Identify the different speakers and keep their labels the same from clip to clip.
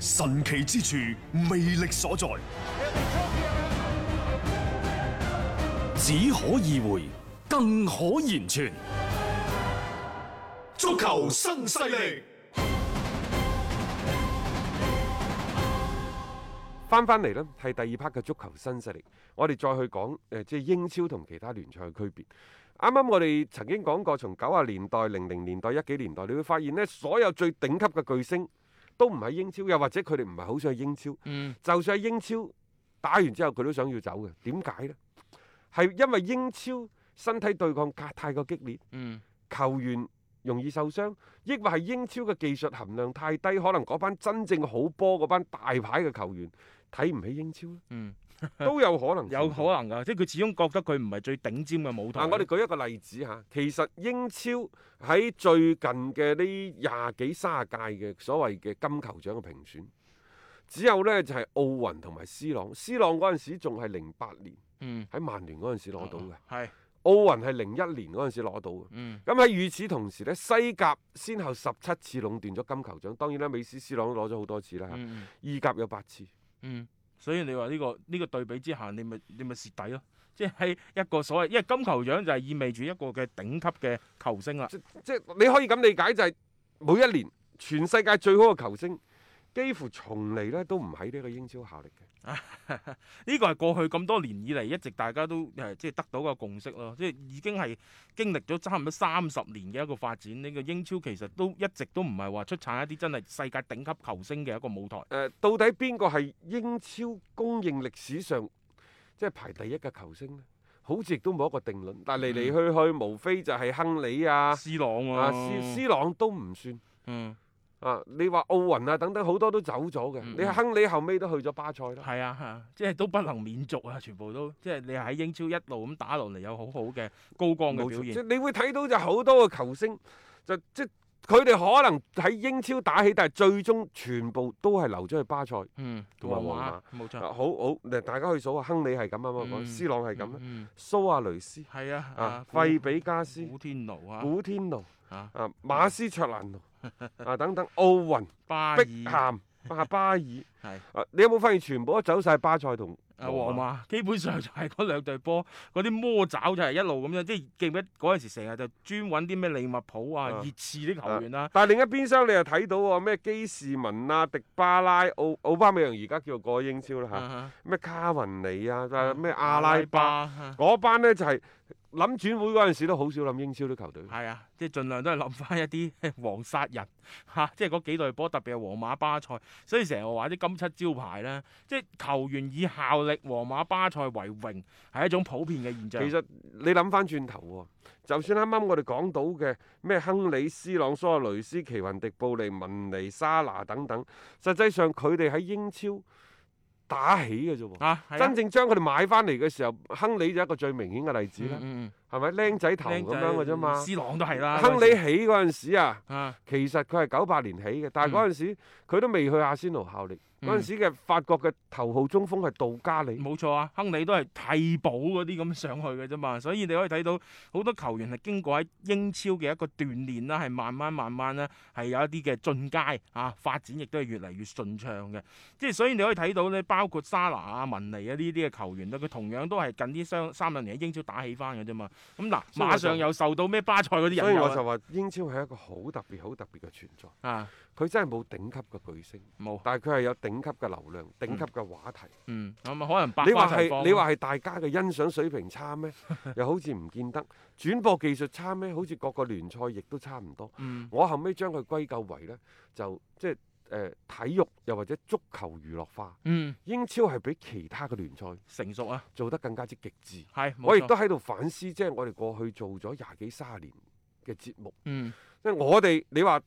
Speaker 1: 神奇之處，魅力所在，
Speaker 2: 只可意會，更可言傳。
Speaker 1: 足球新勢力。
Speaker 3: 翻翻嚟呢，係第二 part 嘅足球新勢力，我哋再去講誒、呃即係英超同其他聯賽嘅區別。啱啱我哋曾經講過，從九啊年代、零零年代、一幾年代，你會發現呢，所有最頂級嘅巨星都唔喺英超，又或者佢哋唔係好想去英超。
Speaker 4: 嗯，
Speaker 3: 就算喺英超打完之後，佢都想要走嘅。點解呢？係因為英超身體對抗太太過激烈，
Speaker 4: 嗯，
Speaker 3: 球員容易受傷，抑或係英超嘅技術含量太低，可能嗰班真正好波嗰班大牌嘅球員睇唔起英超咧，
Speaker 4: 嗯，
Speaker 3: 都有可 能。
Speaker 4: 有可。能㗎，即係佢始終覺得佢唔係最頂尖嘅舞台。
Speaker 3: 啊嗱，我哋舉一個例子嚇，其實英超喺最近嘅呢廿幾三十屆嘅所謂嘅金球獎嘅評選，只有呢就係、奧運同埋 C 朗，C 朗嗰陣時仲係零八年
Speaker 4: 嗯
Speaker 3: 喺曼聯嗰陣時攞到嘅，
Speaker 4: 哦係
Speaker 3: 奧運係零一年嗰陣時攞到嘅。
Speaker 4: 嗯
Speaker 3: 咁喺與此同時呢，西甲先後十七次壟斷咗金球獎，當然啦，美斯、斯朗攞咗好多次啦嚇，
Speaker 4: 嗯
Speaker 3: 意甲有八次。
Speaker 4: 嗯，所以你話呢個呢個對比之下，你咪你咪蝕底咯。即係喺一個所謂，因為金球獎就係意味住一個嘅頂級嘅球星啦。
Speaker 3: 即係你可以咁理解，就係每一年全世界最好嘅球星，幾乎從嚟咧都唔喺呢個英超效力嘅。
Speaker 4: 呢個係過去咁多年以嚟一直大家都誒即係得到個共識咯，即係已經係經歷咗差唔多三十年嘅一個發展。呢個英超其實都一直都唔係話出產一啲真係世界頂級球星嘅一個舞台。
Speaker 3: 誒、呃到底邊個係英超公認歷史上即係排第一嘅球星呢？好似亦都冇一個定論，但係嚟嚟去去，無非就係亨利啊、
Speaker 4: 斯朗喎、
Speaker 3: 啊、嗯斯斯朗都唔算
Speaker 4: 嗯，
Speaker 3: 啊。你話奧運啊等等好多都走咗嘅，
Speaker 4: 嗯
Speaker 3: 你亨利後尾都去咗巴塞啦。
Speaker 4: 係啊，係啊，即係都不能免俗啊！全部都即係你喺英超一路咁打落嚟，有好好嘅高光嘅
Speaker 3: 冇
Speaker 4: 表
Speaker 3: 錯，即
Speaker 4: 現。
Speaker 3: 係你會睇到就好多個球星，就即係佢哋可能喺英超打起，但係最終全部都係留咗去巴塞。
Speaker 4: 嗯，
Speaker 3: 同埋
Speaker 4: 皇
Speaker 3: 皇
Speaker 4: 馬冇錯
Speaker 3: 啊，好好，嗱大家去數下，啊亨利係咁啱啱講，
Speaker 4: 嗯
Speaker 3: 斯朗係咁啦，
Speaker 4: 嗯，嗯
Speaker 3: 蘇亞雷斯
Speaker 4: 係啊，
Speaker 3: 啊，
Speaker 4: 古
Speaker 3: 費比加斯、
Speaker 4: 古天奴啊，
Speaker 3: 古天奴
Speaker 4: 啊，
Speaker 3: 啊、馬斯卓蘭 奴啊等等，奧運、
Speaker 4: 巴爾
Speaker 3: 碧咸、
Speaker 4: 係
Speaker 3: 啊巴爾
Speaker 4: 係
Speaker 3: 啊，你有冇發現全部都走晒巴塞同
Speaker 4: 啊，皇馬基本上就係嗰兩隊波，嗰啲魔爪就係一路咁樣，即係記唔記得嗰陣時成日就專揾啲咩利物浦啊、
Speaker 3: 啊
Speaker 4: 熱刺啲球員啊啦，
Speaker 3: 但係另一邊廂你又睇到喎，咩基士文啊、迪巴拉、奧奧巴美揚而家叫做過英超啦嚇，
Speaker 4: 啊
Speaker 3: 咩、卡文尼啊、
Speaker 4: 啊
Speaker 3: 啊咩阿拉巴
Speaker 4: 啊
Speaker 3: 嗰班呢，就係、諗轉會嗰陣時都好少諗英超啲球隊。
Speaker 4: 係啊，即係盡量都係諗翻一啲 黃殺人嚇、即係嗰幾隊波，特別係皇馬、巴塞，所以成日話啲金漆招牌咧，即係球員以效力皇馬、巴塞為榮，係一種普遍嘅現象。
Speaker 3: 其實你諗翻轉頭喎，就算啱啱我哋講到嘅咩亨利、斯朗、蘇亞雷斯、奇雲迪布利、文尼、沙拿等等，實際上佢哋喺英超打起嘅啫喎。
Speaker 4: 啊，係啊
Speaker 3: 真正將佢哋買翻嚟嘅時候，亨利就一個最明顯嘅例子
Speaker 4: 嗯
Speaker 3: 啦，
Speaker 4: 嗯
Speaker 3: 係咪僆仔頭
Speaker 4: 嗯，
Speaker 3: 咁
Speaker 4: 靚仔
Speaker 3: 樣嘅啫嘛？
Speaker 4: 斯朗都係啦，
Speaker 3: 亨利起嗰陣時啊，
Speaker 4: 啊，
Speaker 3: 其實佢係九八年起嘅，但係嗰陣時佢都未去阿仙奴效力。
Speaker 4: 嗯
Speaker 3: 嗰陣時嘅法國嘅頭號中鋒係杜加里，
Speaker 4: 冇錯啊，亨利都係替補嗰啲咁上去嘅啫嘛， 所以你可以睇到好多球員係經過喺英超嘅一個鍛鍊啦，係慢慢慢慢咧係有一啲嘅進階啊，發展亦都係越嚟越順暢嘅。即係所以你可以睇到咧，包括沙拿啊、文尼啊呢啲嘅球員咧，佢同樣都係近呢三三兩年喺英超打起翻嘅啫嘛。咁嗱，
Speaker 3: 所以我
Speaker 4: 馬
Speaker 3: 就
Speaker 4: 上又受到咩巴塞嗰啲
Speaker 3: 所以
Speaker 4: 人
Speaker 3: 我
Speaker 4: 啊
Speaker 3: 就話英超係一個好特別、好特別嘅存在。
Speaker 4: 啊
Speaker 3: 佢真係冇頂級嘅巨星，
Speaker 4: 冇
Speaker 3: 但係佢係有頂頂級嘅流量、頂級嘅話題。
Speaker 4: 嗯，咁啊可能百
Speaker 3: 你
Speaker 4: 花
Speaker 3: 話
Speaker 4: 齊放
Speaker 3: 係
Speaker 4: 啊。
Speaker 3: 你話係大家嘅欣賞水平差 咩？又好似唔見得。轉播技術差咩？好似各個聯賽亦都差唔多。
Speaker 4: 嗯
Speaker 3: 我後尾將佢歸咎為呢，就即係誒、呃體育又或者足球娛樂化。
Speaker 4: 嗯
Speaker 3: 英超係比其他嘅聯賽
Speaker 4: 成熟啊，
Speaker 3: 做得更加之極致。
Speaker 4: 係冇
Speaker 3: 我亦
Speaker 4: 錯
Speaker 3: 都喺度反思，即係我哋過去做咗廿幾三十年嘅節目，
Speaker 4: 嗯
Speaker 3: 即係我哋你話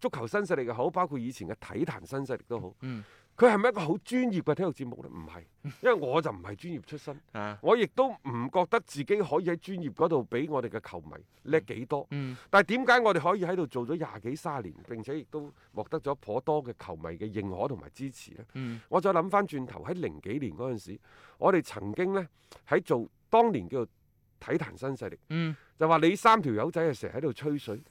Speaker 3: 足球新勢力又好，包括以前嘅體壇新勢力都好，
Speaker 4: 嗯
Speaker 3: 佢係咪一個好專業嘅體育節目呢？唔係，因為我就唔係專業出身，
Speaker 4: 啊
Speaker 3: 我亦都唔覺得自己可以喺專業嗰度比我哋嘅球迷叻幾多。
Speaker 4: 嗯
Speaker 3: 但係點解我哋可以喺度做咗廿幾三十年，並且亦都獲得咗頗多嘅球迷嘅認可同埋支持呢？
Speaker 4: 嗯
Speaker 3: 我再諗翻轉頭喺零幾年嗰陣時，我哋曾經呢喺做當年叫做體壇新勢力，
Speaker 4: 嗯
Speaker 3: 就話你三條友仔係成日喺度吹 水，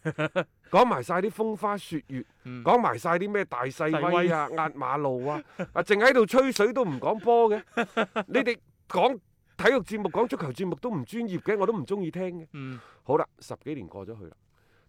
Speaker 3: 講埋晒啲風花雪月，
Speaker 4: 嗯
Speaker 3: 講埋晒啲咩 大細威啊、壓馬路啊，啊淨喺度吹水都唔講波 嘅，你哋講體育節目、講足球節目都唔專業嘅，我都唔中意聽嘅。
Speaker 4: 嗯
Speaker 3: 好啦，十幾年過咗去啦。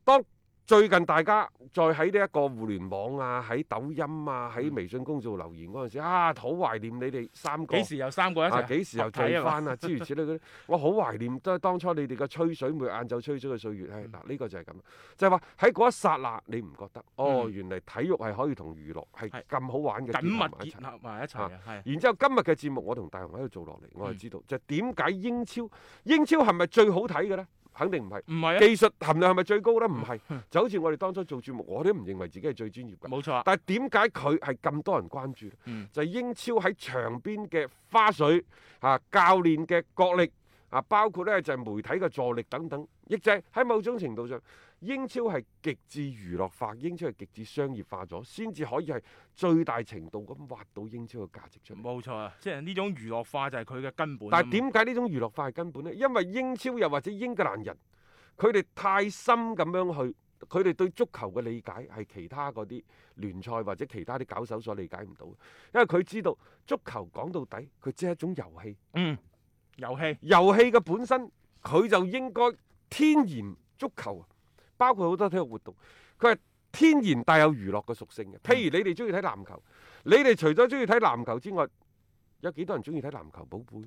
Speaker 3: 當最近大家再喺呢一個互聯網啊、喺抖音啊、
Speaker 4: 嗯
Speaker 3: 喺微信公眾留言嗰陣時，啊，好懷念你哋三個。
Speaker 4: 幾時有三個一
Speaker 3: 啊！
Speaker 4: 齊？
Speaker 3: 幾時又
Speaker 4: 合體
Speaker 3: 聚
Speaker 4: 啊嘛
Speaker 3: 翻 啊？諸如此類嗰啲，我好懷念都係當初你哋嘅吹水，每晏晝吹水嘅歲月。
Speaker 4: 嗯
Speaker 3: 唉，嗱，呢個就係咁，就係話喺嗰一剎那，你唔覺得哦？
Speaker 4: 嗯
Speaker 3: 原嚟體育係可以同娛樂係
Speaker 4: 係
Speaker 3: 咁好玩嘅
Speaker 4: 緊密
Speaker 3: 結合埋一齊
Speaker 4: 結合埋一齊啊，係
Speaker 3: 然之後今日嘅節目，我同大雄喺度做落嚟，我就
Speaker 4: 嗯
Speaker 3: 知道就係點解英超英超係咪最好睇嘅呢？肯定唔係。
Speaker 4: 唔係啊？
Speaker 3: 技術含量係咪最高呢？唔係，就好似我哋當初做節目，我都唔認為自己係最專業嘅。
Speaker 4: 嗯冇錯啊，
Speaker 3: 但係點解佢係咁多人關注呢？
Speaker 4: 嗯
Speaker 3: 就係英超喺場邊嘅花絮啊，教練嘅角力啊，包括呢就係媒體嘅助力等等，亦就係喺某種程度上，英超係極致娛樂化，英超係極致商業化咗，先至可以係最大程度咁挖到英超嘅價值出嚟。
Speaker 4: 冇錯啊，即係呢種娛樂化就係佢嘅根本啊嘛。
Speaker 3: 但係點解呢種娛樂化係根本呢？因為英超又或者英格蘭人，佢哋太深咁樣去，佢哋對足球嘅理解係其他嗰啲聯賽或者其他啲搞手所理解唔到嘅。因為佢知道足球講到底，佢只係一種遊戲，
Speaker 4: 嗯遊戲
Speaker 3: 遊戲嘅本身佢就應該天然足球，啊包括好多體育活動，佢係天然帶有娛樂嘅屬性嘅。譬如你哋中意睇籃球，你哋除咗中意睇籃球之外，有幾多人中意睇籃球寶貝？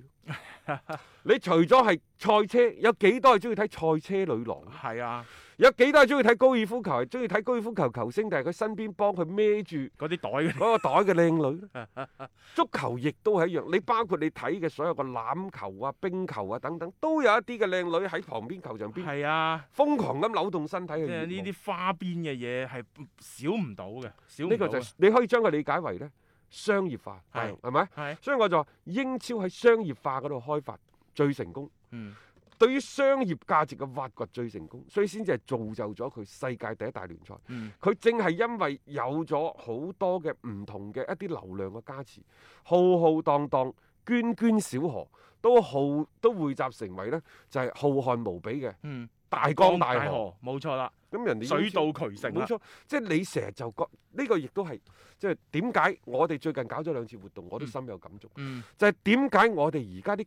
Speaker 3: 你除咗係賽車，有幾多係中意睇賽車女郎？
Speaker 4: 係啊，
Speaker 3: 有幾多係中意睇高爾夫球？係中意睇高爾夫球球星，定係佢身邊幫佢孭住
Speaker 4: 嗰啲袋 嘅
Speaker 3: 嗰個袋嘅靚女咧？ 足球亦都係一樣，你包括你睇嘅所有個欖球啊、冰球啊等等，都有一啲嘅靚女喺旁邊球場邊
Speaker 4: 係啊，
Speaker 3: 瘋狂咁扭動身體去
Speaker 4: 即
Speaker 3: 熱
Speaker 4: 係
Speaker 3: 舞。
Speaker 4: 呢啲花邊嘅嘢係少唔到嘅，少
Speaker 3: 呢
Speaker 4: 唔
Speaker 3: 個
Speaker 4: 到
Speaker 3: 就
Speaker 4: 嘅
Speaker 3: 係你可以將佢理解為咧商業化，
Speaker 4: 啊係
Speaker 3: 係咪？
Speaker 4: 係
Speaker 3: 所以我就話英超喺商業化嗰度開發最成功。
Speaker 4: 嗯
Speaker 3: 對於商業價值嘅挖掘最成功，所以先至係造就咗佢世界第一大聯賽。
Speaker 4: 嗯
Speaker 3: 佢正係因為有咗好多嘅唔同嘅一啲流量嘅加持，浩浩蕩蕩、涓涓小河都浩都匯集成為呢就係、浩瀚無比嘅
Speaker 4: 嗯
Speaker 3: 大江大
Speaker 4: 江
Speaker 3: 河。
Speaker 4: 河冇錯啦，
Speaker 3: 咁人哋
Speaker 4: 水
Speaker 3: 英超
Speaker 4: 到渠成
Speaker 3: 冇
Speaker 4: 啦。
Speaker 3: 錯，即係你成日就覺呢、個亦都係即係點解我哋最近搞咗兩次活動，我都
Speaker 4: 嗯
Speaker 3: 深有感觸。
Speaker 4: 嗯
Speaker 3: 就係點解我哋而家啲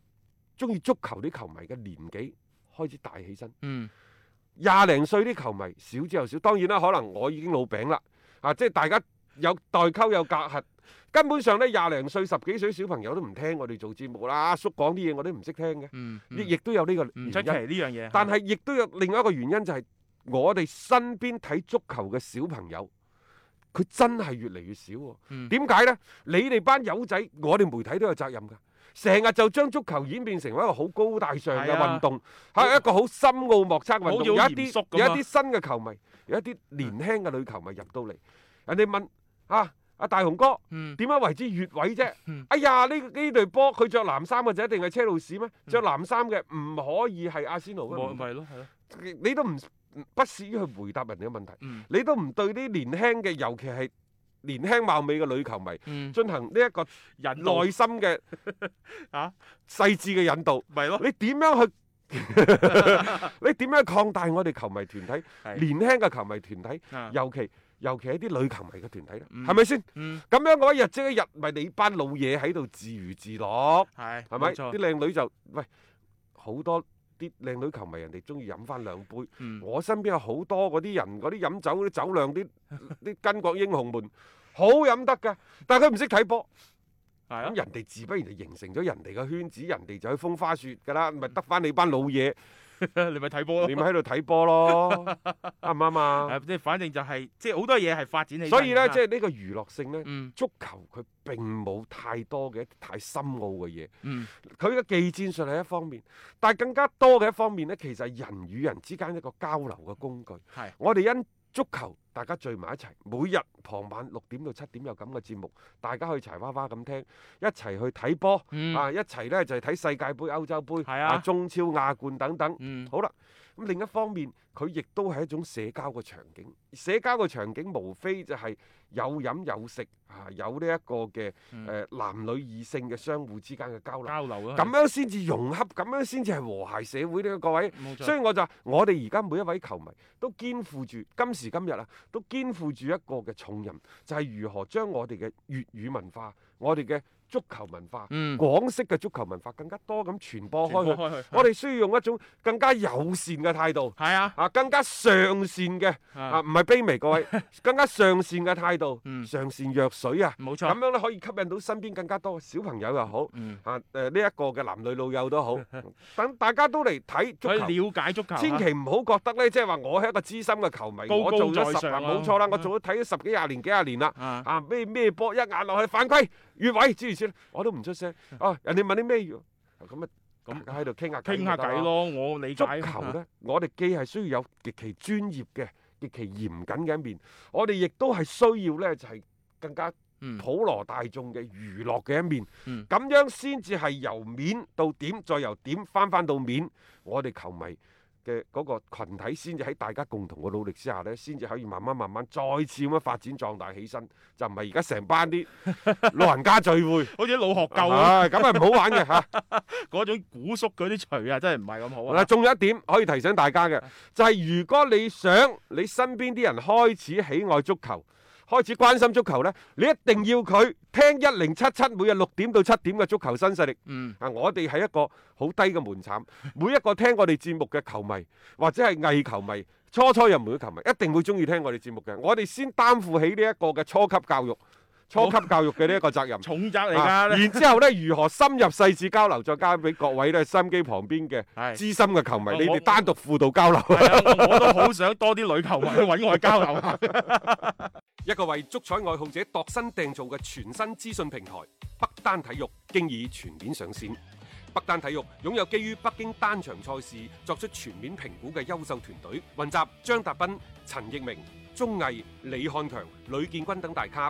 Speaker 3: 中意足球啲球迷嘅年紀開始大起身，
Speaker 4: 嗯
Speaker 3: 廿零歲啲球迷少之又少。當然啦，可能我已經老餅啦，啊，即係大家有代溝有隔閡，根本上呢，廿零歲十幾歲小朋友都唔聽我哋做節目啦，阿啊叔講啲嘢我都唔識聽嘅，
Speaker 4: 嗯，嗯
Speaker 3: 亦亦都有呢個
Speaker 4: 唔
Speaker 3: 原
Speaker 4: 出奇
Speaker 3: 因。
Speaker 4: 呢樣嘢。
Speaker 3: 但係亦都有另外一個原因就係、我哋身邊睇足球嘅小朋友，佢真係越嚟越少喎、
Speaker 4: 嗯
Speaker 3: 點解呢？你哋班友仔，我哋媒體都有責任㗎。成日就將足球演變成為一個好高大上嘅
Speaker 4: 係啊
Speaker 3: 運動，係、一個好深奧莫測嘅運
Speaker 4: 好
Speaker 3: 動。
Speaker 4: 似
Speaker 3: 有一
Speaker 4: 好嚴
Speaker 3: 啲
Speaker 4: 肅咁
Speaker 3: 有
Speaker 4: 啊
Speaker 3: 一啲新嘅球迷，有一啲年輕嘅女球迷入到嚟，人哋問啊啊大雄哥
Speaker 4: 嗯
Speaker 3: 點樣為之越位啫
Speaker 4: 嗯？
Speaker 3: 哎呀，呢呢隊波佢着藍衫嘅就一定係車路士咩？
Speaker 4: 嗯
Speaker 3: 着藍衫嘅唔可以係阿仙奴咩
Speaker 4: 冇咪係咯係咯
Speaker 3: 你都唔不屑於去回答人哋嘅問題，
Speaker 4: 嗯
Speaker 3: 你都唔對啲年輕嘅，尤其係年輕貌美嘅女球迷
Speaker 4: 嗯
Speaker 3: 進行呢一個
Speaker 4: 人
Speaker 3: 內心嘅
Speaker 4: 啊哦
Speaker 3: 細緻嘅引導。
Speaker 4: 咪咯
Speaker 3: 你點樣去？ 你點樣擴大我哋球迷團體？
Speaker 4: 係
Speaker 3: 年輕嘅球迷團體，
Speaker 4: 啊
Speaker 3: 尤其尤其係啲女球迷嘅團體咧，
Speaker 4: 嗯
Speaker 3: 係咪先？
Speaker 4: 嗯
Speaker 3: 咁樣嘅話，日即一日，咪你班老嘢喺度自娛自樂。
Speaker 4: 係
Speaker 3: 係咪？
Speaker 4: 冇錯
Speaker 3: 啲靚女就喂好多啲靚女球迷，人哋中意飲翻兩杯。
Speaker 4: 嗯
Speaker 3: 我身邊有好多嗰啲人，嗰啲飲酒嗰啲酒量啲啲巾幗英雄們，好飲得㗎，但係佢唔識睇波。
Speaker 4: 係啊
Speaker 3: 咁。人哋自不然就形成咗人哋嘅圈子，人哋就去風花雪㗎
Speaker 4: 嗯
Speaker 3: 啦，咪得翻你班老 嘢，
Speaker 4: 啊你咪睇波咯。
Speaker 3: 你咪喺度睇波咯，啱唔啱啊？
Speaker 4: 係即係反正就係、即係好多嘢係發展起身㗎嘛。
Speaker 3: 所以呢，即係呢個娛樂性呢，
Speaker 4: 啊嗯
Speaker 3: 足球佢並冇太多嘅太深奧嘅嘢，
Speaker 4: 嗯
Speaker 3: 佢嘅技戰術係一方面，但係更加多嘅一方面呢，其實係人與人之間一個交流嘅工具。
Speaker 4: 係
Speaker 3: 我哋因足球大家聚埋一齊，每日傍晚六點到七點有咁嘅節目，大家去柴娃娃咁聽，一齊去睇波。
Speaker 4: 嗯
Speaker 3: 啊，一齊呢就係睇世界盃、歐洲盃、
Speaker 4: 係啊
Speaker 3: 中超、亞冠等等。
Speaker 4: 嗯
Speaker 3: 好啦，咁另一方面，佢亦都係一種社交嘅場景。社交嘅場景無非就係有飲有食啊，有呢一個嘅誒、
Speaker 4: 嗯
Speaker 3: 呃男女異性嘅相互之間嘅交流，
Speaker 4: 交流啊。
Speaker 3: 咁樣先至融洽，咁樣先至係和諧社會呢、各位。
Speaker 4: 冇錯
Speaker 3: 所以我就話我哋而家每一位球迷都肩負住今時今日啊，都肩負住一個嘅重任，就係、如何將我哋嘅粵語文化、我哋嘅足球文化、
Speaker 4: 嗯
Speaker 3: 廣式嘅足球文化更加多咁傳播開
Speaker 4: 傳播
Speaker 3: 去。
Speaker 4: 開去。
Speaker 3: 我哋需要用一種更加友善嘅態度。
Speaker 4: 係啊。
Speaker 3: 啊，更加上善嘅啊，
Speaker 4: 啊
Speaker 3: 唔係卑微，各位， 更加上善嘅態度，
Speaker 4: 嗯
Speaker 3: 上善若水啊，
Speaker 4: 冇
Speaker 3: 咁
Speaker 4: 錯。
Speaker 3: 樣咧可以吸引到身邊更加多嘅小朋友又好，
Speaker 4: 嗯。
Speaker 3: 啊誒呢一個嘅男女老幼都 好，等大家都嚟睇足
Speaker 4: 可以
Speaker 3: 球。
Speaker 4: 了解足球啊。
Speaker 3: 千祈唔好覺得呢，即係話我係一個資深嘅球迷，
Speaker 4: 高
Speaker 3: 我
Speaker 4: 高
Speaker 3: 做咗
Speaker 4: 在
Speaker 3: 十
Speaker 4: 上
Speaker 3: 年，
Speaker 4: 啊
Speaker 3: 冇錯啦，我做咗睇咗十幾廿年、幾廿年啦。
Speaker 4: 啊
Speaker 3: 啊咩咩波一眼落去犯規越位諸如此類，我都唔出 聲。哦，人哋問啲咩嘢咁啊，咁
Speaker 4: 咁
Speaker 3: 喺度傾下
Speaker 4: 傾下偈。咯，我理
Speaker 3: 啊足
Speaker 4: 解。
Speaker 3: 球呢，我哋既係需要有極其專業嘅、極其嚴謹嘅一面，我哋亦都係需要呢，就係更加
Speaker 4: 嗯，
Speaker 3: 普羅大眾嘅娛樂嘅一面，咁、
Speaker 4: 嗯
Speaker 3: 樣先至係由面到點，再由點翻翻到面，我哋球迷嘅嗰個群體先至喺大家共同嘅努力之下呢，先至可以慢慢慢慢再次咁樣發展壯大起身，就唔係而家成班 啲老人家聚會。
Speaker 4: 好似老學究啊，
Speaker 3: 啊，咁啊唔好玩嘅嚇。
Speaker 4: 嗰種古縮嗰啲錘啊，真係唔係咁好
Speaker 3: 嗱，
Speaker 4: 啊。
Speaker 3: 仲有一點可以提醒大家嘅，就係、如果你想你身邊啲人開始喜愛足球，開始關心足球呢，你一定要佢聽一零七七每日六點到七點嘅足球新勢力。
Speaker 4: 嗯，
Speaker 3: 啊！我哋係一個好低嘅門檻， 每一個聽我哋節目嘅球迷或者係偽球迷，初初入門嘅球迷一定會中意聽我哋節目嘅。我哋先擔負起呢一個嘅初級教育、初級教育嘅呢一個責任。
Speaker 4: 重責嚟
Speaker 3: 啊
Speaker 4: 㗎咧。
Speaker 3: 然之後呢，如何深入細緻交流，再交俾各位呢心機旁邊嘅
Speaker 4: 係
Speaker 3: 資深嘅球迷，
Speaker 4: 我
Speaker 3: 你哋單獨輔導交流。
Speaker 4: 係啊，我我都好想多啲女球迷去揾我去交流下。
Speaker 3: 一個為足彩愛好者度身訂造嘅全新資訊平台北單體育，經已全面上線。北單體育擁有基於北京單場賽事作出全面評估嘅優秀團隊，雲集張達斌、陳奕明、鐘毅、李漢強、呂建軍等大咖，